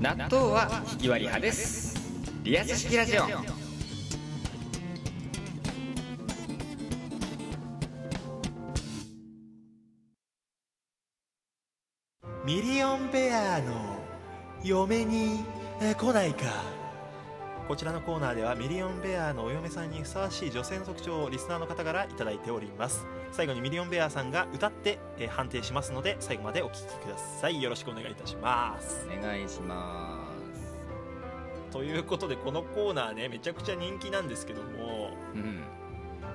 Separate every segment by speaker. Speaker 1: 納豆はひきわり派ですリアス式ラジオ
Speaker 2: ミリオンベアの嫁にえー来ないかこちらのコーナーではミリオンベアのお嫁さんにふさわしい女性の特徴をリスナーの方からいただいております最後にミリオンベアさんが歌って、えー判定しますので最後までお聴きくださいよろしくお願いいたします
Speaker 1: お願いします
Speaker 2: ということでこのコーナーねめちゃくちゃ人気なんですけども
Speaker 1: うん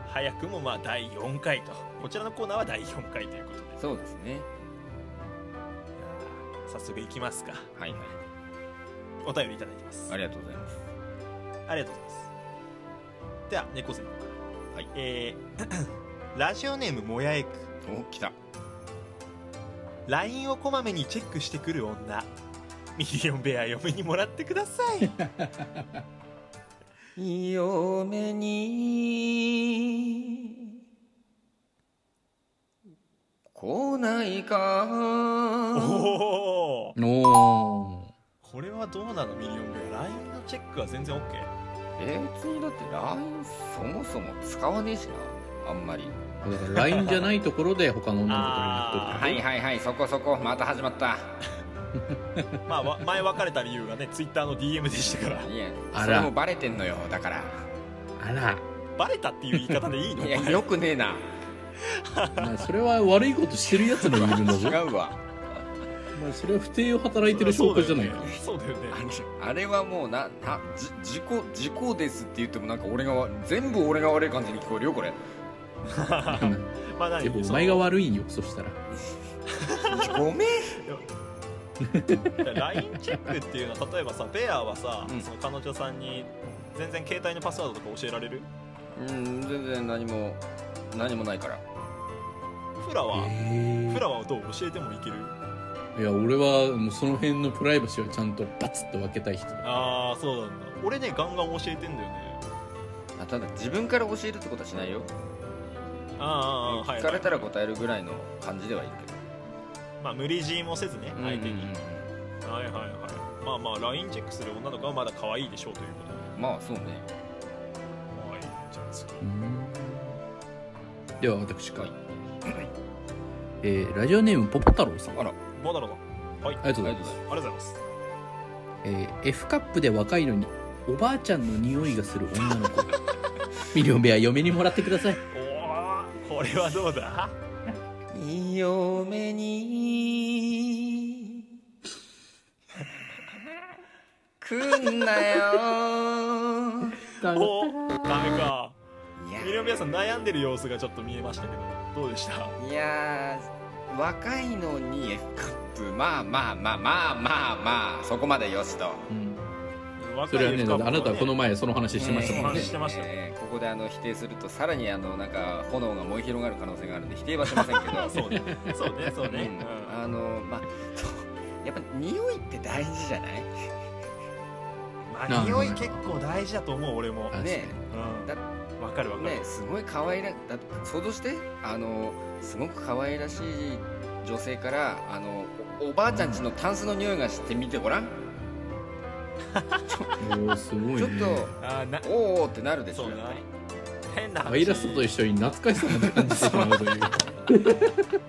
Speaker 2: 早くもまあ第4回とこちらのコーナーは第4回ということで
Speaker 1: そうですね
Speaker 2: 早速いきますか
Speaker 1: はいはい
Speaker 2: お便りいただいてます
Speaker 1: ありがとうございます
Speaker 2: ありがとうございます。では、猫背の方から。
Speaker 1: はい
Speaker 2: えー ラジオネームもやえく。
Speaker 1: お来た
Speaker 2: LINE をこまめにチェックしてくる女。ミリオンベア嫁にもらってくださ い。
Speaker 1: 嫁に来ないか
Speaker 2: おお
Speaker 1: おお
Speaker 2: これはどうなのミリオンベア。LINE のチェックは全然 OK。
Speaker 1: 別にだって LINE そもそも使わねえしなあんまり
Speaker 3: だから LINE じゃないところで他の女の子と連絡取るってこと
Speaker 1: はいはいはいそこそこまた始まった
Speaker 2: まあわ、前別れた理由がね、Twitter の DM でしたから。
Speaker 1: いや
Speaker 3: あら
Speaker 1: それもバレてんのよだから
Speaker 3: あら
Speaker 2: バレたっていう言い方でいいの
Speaker 1: いやよくねえな
Speaker 3: お前それは悪いことしてるやつの言い分 だ
Speaker 1: 違
Speaker 3: ぞ
Speaker 1: うわ
Speaker 3: お前それは不正を働いてる証拠じゃないか
Speaker 2: そうだよね。
Speaker 1: あれあれはもうななじ事故事故ですって言ってもなんか俺がわ全部俺が悪い感じに聞こえるよ これ
Speaker 2: まあ何
Speaker 3: でもお前が悪いよそしたら
Speaker 1: ごめん
Speaker 2: いや LINE チェックっていうのは例えばさベアはさ、
Speaker 1: うん
Speaker 2: その彼女さんに全然携帯のパスワードとか教えられる
Speaker 1: うん全然何も何もないから
Speaker 2: フラは、
Speaker 3: え
Speaker 2: フラはどう教えてもいける
Speaker 3: いや俺はもうその辺のプライバシーはちゃんとバツッと分けたい人だ
Speaker 2: ああそうなんだ俺ねガンガン教えてんだよね
Speaker 1: あただ自分から教えるってことはしないよ
Speaker 2: あーあーあーはい、
Speaker 1: 聞かれたら答えるぐらいの感じではいいけど
Speaker 2: まあ無理強いもせずね相手に、
Speaker 1: うんうん
Speaker 2: はいはいはいまあまあ LINE チェックする女の子はまだ可愛いでしょうということで
Speaker 1: うんまあそうね
Speaker 2: はいじゃあ次
Speaker 3: うんでは私か
Speaker 1: はい
Speaker 3: えーラジオネームポポ太郎さん
Speaker 1: あら
Speaker 2: ボナロさんはいあ
Speaker 3: ありがと
Speaker 1: あ
Speaker 3: う
Speaker 1: り
Speaker 3: ご
Speaker 1: が
Speaker 3: ざい
Speaker 1: とう
Speaker 3: ま
Speaker 1: ござ
Speaker 3: す
Speaker 1: いま
Speaker 2: りがとう
Speaker 3: え
Speaker 2: ございます
Speaker 3: ー F カップで若いのにおばあちゃんの匂いがする女の子 ミリオンベア嫁にもらってください
Speaker 2: おおこれはどうだ
Speaker 1: す嫁 に来んなよ
Speaker 2: おおダメか
Speaker 1: い
Speaker 2: ミリオンベアさん悩んでる様子がちょっと見えましたけどどうでした
Speaker 1: やいやー若いのに F カップまあまあまあまあまあまあそこまでよしと
Speaker 3: うんそ
Speaker 2: 若い
Speaker 3: れはね
Speaker 2: 深
Speaker 3: だっ
Speaker 2: い
Speaker 3: てあなたはこの前その話してましたもん
Speaker 2: え
Speaker 3: ね
Speaker 2: えしてました
Speaker 1: えーここであの否定するとさらにあのなんか炎が燃え広がる可能性があるんで否定はしませんけど
Speaker 2: そうねそうねそうね、
Speaker 1: うん
Speaker 2: うん
Speaker 1: あのまあそうやっぱ匂いって大事じゃない
Speaker 2: まあ、匂い結構大事だと思う俺も
Speaker 3: あ
Speaker 1: ね
Speaker 2: うん
Speaker 1: だ
Speaker 2: わかるわかる、
Speaker 1: ねすごい可愛らだって想像してあのすごく可愛らしい女性からあのおおばあちゃんちのタンスの匂いがしてみてごらん、
Speaker 3: おーすごいね
Speaker 1: ちょっと
Speaker 2: あーな
Speaker 1: おーおーってなるでしょ
Speaker 2: そう
Speaker 1: やっ
Speaker 2: な
Speaker 1: ぱり
Speaker 2: 変な
Speaker 3: アイ
Speaker 2: 話
Speaker 3: ラストと一緒に懐かしさも感じてしまうと いう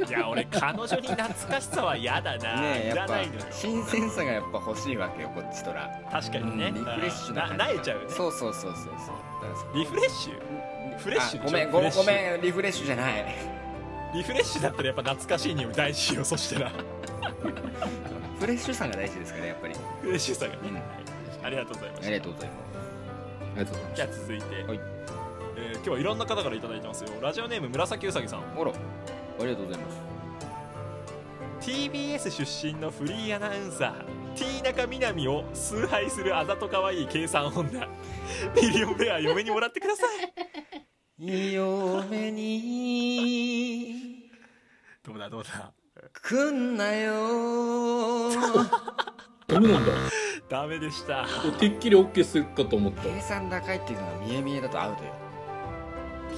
Speaker 2: いや俺彼女に懐かしさは嫌だ な、
Speaker 1: ね
Speaker 2: い
Speaker 1: や
Speaker 2: ら
Speaker 1: っ
Speaker 2: な
Speaker 1: ぱ
Speaker 2: いのよ
Speaker 1: 新鮮さがやっぱ欲しいわけよこっちとら
Speaker 2: 確かにね、
Speaker 1: うんリフレッシュな
Speaker 2: な
Speaker 1: 感じ
Speaker 2: なえちゃうよね
Speaker 1: そうそうそうそうそうだからそ
Speaker 2: リフレッシュフレッシュ
Speaker 1: あ
Speaker 2: で
Speaker 1: ごめん
Speaker 2: しょ
Speaker 1: ご
Speaker 2: フレッシュ
Speaker 1: ごめんリフレッシュじゃない
Speaker 2: リフレッシュだったらやっぱ懐かしい匂い大事よそしたら
Speaker 1: フレッシュさが大事ですからやっぱり
Speaker 2: フレッシュさがね、
Speaker 1: うん
Speaker 2: はいありがとうございま
Speaker 1: あ
Speaker 2: し
Speaker 1: り
Speaker 2: た
Speaker 1: がとうございます
Speaker 3: ありがとうございま
Speaker 2: じ
Speaker 3: し
Speaker 2: ゃあ続いて、
Speaker 1: はい
Speaker 2: えー今日はいろんな方からいただいてますよラジオネーム紫うさぎさん
Speaker 1: あらありがとうございます
Speaker 2: TBS 出身のフリーアナウンサー T 中みなみを崇拝するあざとかわいい計算女ミリオンベア嫁にもらってください
Speaker 1: 嫁に
Speaker 2: どうだどうだ
Speaker 1: 来んなよ
Speaker 3: たダメなんだ
Speaker 2: ダメでした
Speaker 3: てっきり OK するかと思った
Speaker 1: 計算高いっていうのが見え見えだとアウトよ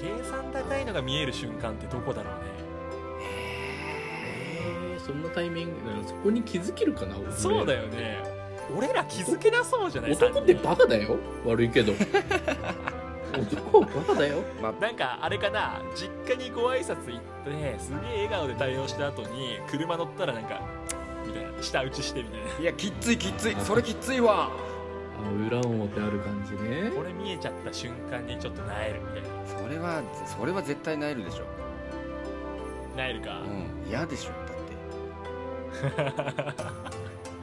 Speaker 2: 計算高いのが見える瞬間ってどこだろうね
Speaker 3: えーそんなタイミングそこに気づけるかな
Speaker 2: そうだ
Speaker 3: よ
Speaker 2: よね俺ら気づけなそうじゃない
Speaker 3: 男ってバカだよ悪いけ ど男はバカだよ
Speaker 1: まあ
Speaker 2: なんかあれかな実家にご挨拶行ってねすげえ笑顔で対応した後に車乗ったらなんかみたいな舌打ちしてみたいない
Speaker 1: やきっついきっついそれきっついわ
Speaker 3: あ裏表ある感じね
Speaker 2: これ見えちゃった瞬間にちょっとなえるみたいな
Speaker 1: それはそれは絶対なえるでしょ
Speaker 2: なえるか、
Speaker 1: うん嫌でしょだって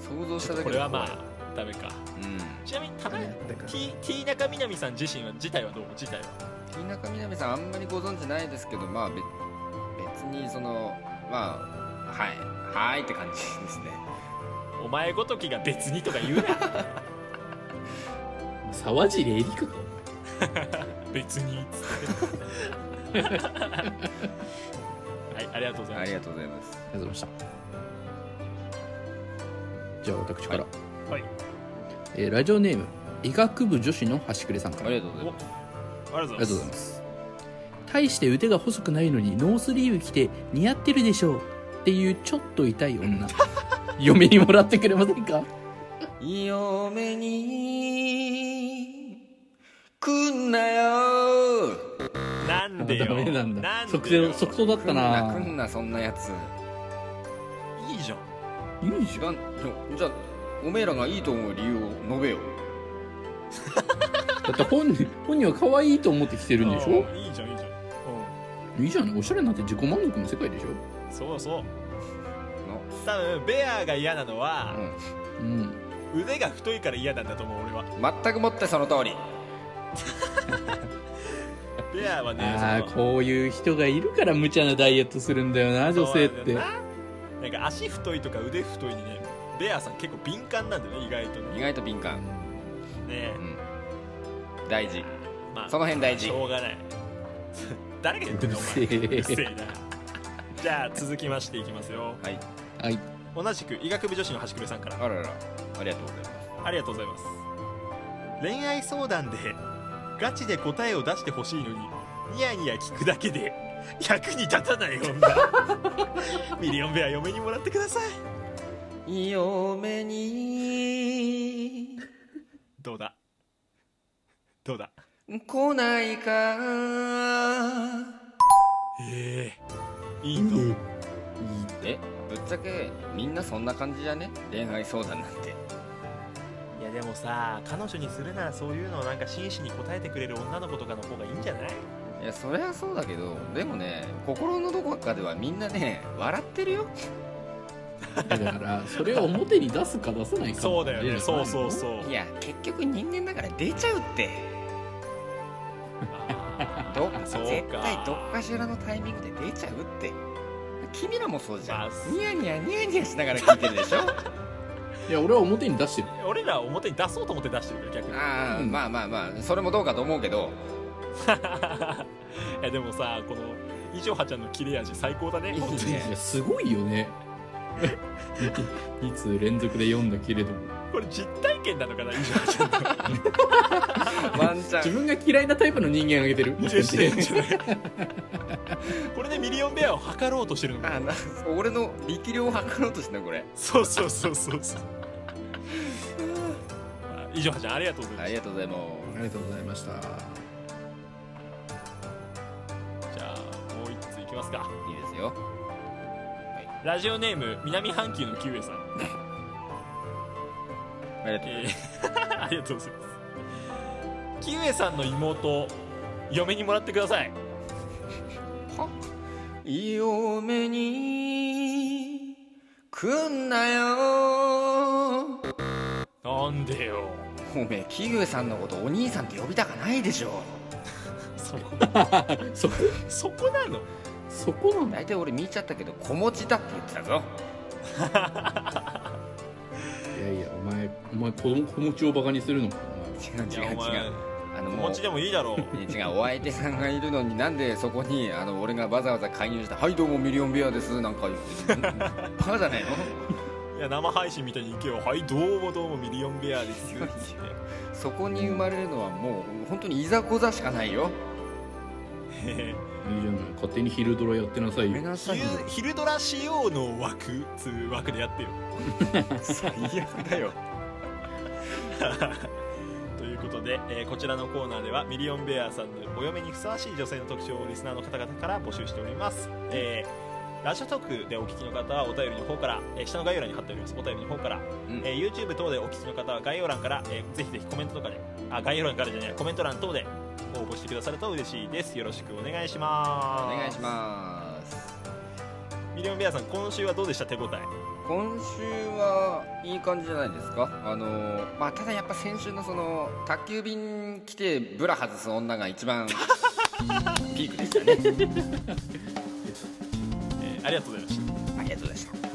Speaker 1: 想像し
Speaker 2: ちょ
Speaker 1: ただ
Speaker 2: っと
Speaker 1: け
Speaker 2: これ
Speaker 1: で
Speaker 2: は
Speaker 1: 怖
Speaker 2: ま
Speaker 1: い
Speaker 2: あダメか
Speaker 1: うん
Speaker 2: ちなみに田中
Speaker 3: 金あったから
Speaker 2: T, T 中みなみさん自身は自体はどう自体は
Speaker 1: 田中みな実さんあんまりご存知ないですけどまあべ別にそのまあはいはーいって感じですね
Speaker 2: お前ごときが別にとか言う な
Speaker 3: 沢尻エリカか
Speaker 2: 別にっつ ってはいありがとうござい
Speaker 1: あ
Speaker 2: ま
Speaker 1: り
Speaker 2: し
Speaker 1: がとうございます
Speaker 3: ありがとうございましたじゃあ私から、
Speaker 2: たはい
Speaker 3: えーラジオネーム医学部女子の端くれさんか
Speaker 1: あ
Speaker 3: らあ
Speaker 1: りが
Speaker 3: り
Speaker 1: とうございます
Speaker 2: ありがとうござ
Speaker 3: が
Speaker 2: います
Speaker 3: とうございます大して腕が細くないのにノースリーブ着て似合ってるでしょうっていうちょっと痛い女 嫁にもらってくれませんか
Speaker 1: 嫁に来んなよ
Speaker 2: なんでよ
Speaker 3: ダメなんだ
Speaker 2: なんで
Speaker 3: 即答
Speaker 2: よ
Speaker 3: 即答だっ
Speaker 1: 来
Speaker 3: た
Speaker 1: んな
Speaker 3: な
Speaker 1: 来んなそんなやつ
Speaker 2: いいじゃん
Speaker 3: いいじゃん
Speaker 1: なんじゃあおめえらがいいと思う理由を述べよ
Speaker 3: だって本人本人は可愛いと思って着てるんでしょ
Speaker 2: うんいいじゃんいいじゃん
Speaker 3: いいじゃないおしゃれなんて自己満足の世界でしょ
Speaker 2: うんそうそ
Speaker 1: の
Speaker 2: う多分ベアが嫌なのは、
Speaker 3: うん
Speaker 2: 腕が太いから嫌なんだと思う俺は
Speaker 1: 全くもってその通り
Speaker 2: ベアはね
Speaker 3: ああ
Speaker 2: その
Speaker 3: こういう人がいるから無茶なダイエットするんだよな女性って
Speaker 2: そうなんだよななんか足太いとか腕太いにねベアさん結構敏感なんだよね意外と
Speaker 1: 意
Speaker 2: ね
Speaker 1: 外と敏感
Speaker 2: ね
Speaker 1: うん大事
Speaker 2: まあ
Speaker 1: その辺大事
Speaker 2: しょうがない 誰が言ってんだお前
Speaker 3: うるせえ
Speaker 2: うるせえなじゃあ続きましていきますよ
Speaker 1: はい
Speaker 3: はい
Speaker 2: 同じく医学部女子の端くれさんから
Speaker 1: あららありがとうございます
Speaker 2: ありがとうございます恋愛相談でガチで答えを出してほしいのにニヤニヤ聞くだけで役に立たない女ミリオンベア嫁にもらってください
Speaker 1: 嫁に
Speaker 2: どうだどうだ
Speaker 1: 来ないか
Speaker 2: ええいいの、
Speaker 1: えぶっちゃけみんなそんな感じじゃね恋愛相談なんて
Speaker 2: いやでもさ彼女にするならそういうのをなんか真摯に答えてくれる女の子とかの方がいいんじゃない
Speaker 1: いやそりゃそうだけどでもね心のどこかではみんなね笑ってるよ
Speaker 3: だからそれを表に出すか出さないか
Speaker 2: そうだよねそうそう
Speaker 3: う
Speaker 2: そう
Speaker 1: いや結局人間だから出ちゃうって
Speaker 2: あ
Speaker 1: どっ
Speaker 2: ー
Speaker 1: か
Speaker 2: そう
Speaker 1: 絶対どっかしらのタイミングで出ちゃうって君らもそうじゃん
Speaker 2: まあ
Speaker 1: ニヤニヤニヤニヤしながら聞いてるでしょ
Speaker 3: いや俺は表に出してる
Speaker 2: 俺ら表に出そうと思って出してるから逆に
Speaker 1: ああ
Speaker 3: うん
Speaker 1: まあまあまあそれもどうかと思うけ ど
Speaker 2: いやでもさこのイジョハちゃんの切れ味最高だね
Speaker 1: いいね
Speaker 2: 本当に
Speaker 3: いやすごいよね 2通連続で読んだけれども
Speaker 2: これ実体験なのかなイジョハちゃんの
Speaker 1: ワンチャ
Speaker 3: 自
Speaker 1: ン
Speaker 3: 分が嫌いなタイプの人 間あげてるもしか
Speaker 2: 実
Speaker 3: して
Speaker 2: 体験じゃないこれでミリオンベアを測ろうとしてるのか
Speaker 1: あな俺の力量を測ろうとしてんのこれ
Speaker 2: そうそうそうそう そうあイジョハちゃんありがとうございま
Speaker 1: あ
Speaker 2: す
Speaker 1: りがとうございま
Speaker 3: ありがとうございました
Speaker 2: じゃあもう一ついきますか
Speaker 1: すいいですよ
Speaker 2: ラジオネーム南半球のキウエさん
Speaker 1: ありがとう
Speaker 2: えー ありがとうございますキウエさんの妹嫁にもらってください
Speaker 1: 嫁に来んなよ
Speaker 2: なんでよ
Speaker 1: おめえキグエさんのことお兄さんって呼びたかないでしょ
Speaker 2: そ
Speaker 3: そこ
Speaker 2: そこなの
Speaker 3: そこなんだ
Speaker 1: 大体俺見ちゃったけど子持ちだって言ってたぞ
Speaker 3: いやいやお前お前子供子持ちをバカにするのか
Speaker 1: 違う
Speaker 2: い
Speaker 1: 違
Speaker 2: や
Speaker 1: う違
Speaker 2: お前
Speaker 1: うあの
Speaker 2: お
Speaker 1: もう
Speaker 2: 持ちでもいいだろう
Speaker 1: 違うお相手さんがいるのになんでそこにあの俺がわざわざ介入して「はいどうもミリオンベアです」なんか言ってバカじゃない の
Speaker 2: いや生配信みたいに行けよはいどうもどうもミリオンベアです
Speaker 1: いやいやそこに生まれるのはもう本当にいざこざしかないよ
Speaker 2: えね
Speaker 3: いいじゃない勝手に昼ドラやってなさい
Speaker 1: ごめん
Speaker 3: よ
Speaker 1: なさいよ
Speaker 2: 昼昼ドラ仕様の枠つう枠でやってよ
Speaker 1: 最悪だよ
Speaker 2: ということで、えーこちらのコーナーではミリオンベアさんのお嫁にふさわしい女性の特徴をリスナーの方々から募集しております、えーラジオトークでお聞きの方はお便りの方から、えー下の概要欄に貼っておりますお便りの方から、
Speaker 1: うん
Speaker 2: えー YouTube 等でお聞きの方は概要欄から、えーぜひぜひコメントとかであ概要欄からじゃないコメント欄等で応募してくださると嬉しいですよろしくお願いし
Speaker 1: お
Speaker 2: ます
Speaker 1: 願いします
Speaker 2: すミリオンベアさん今週はどうでした手応え
Speaker 1: 今週はいい感じじゃないですかあのまあただやっぱ先週のその宅急便来てブラ外す女が一番ピークでしたね
Speaker 2: えーありがとうございました
Speaker 1: ありがとうございました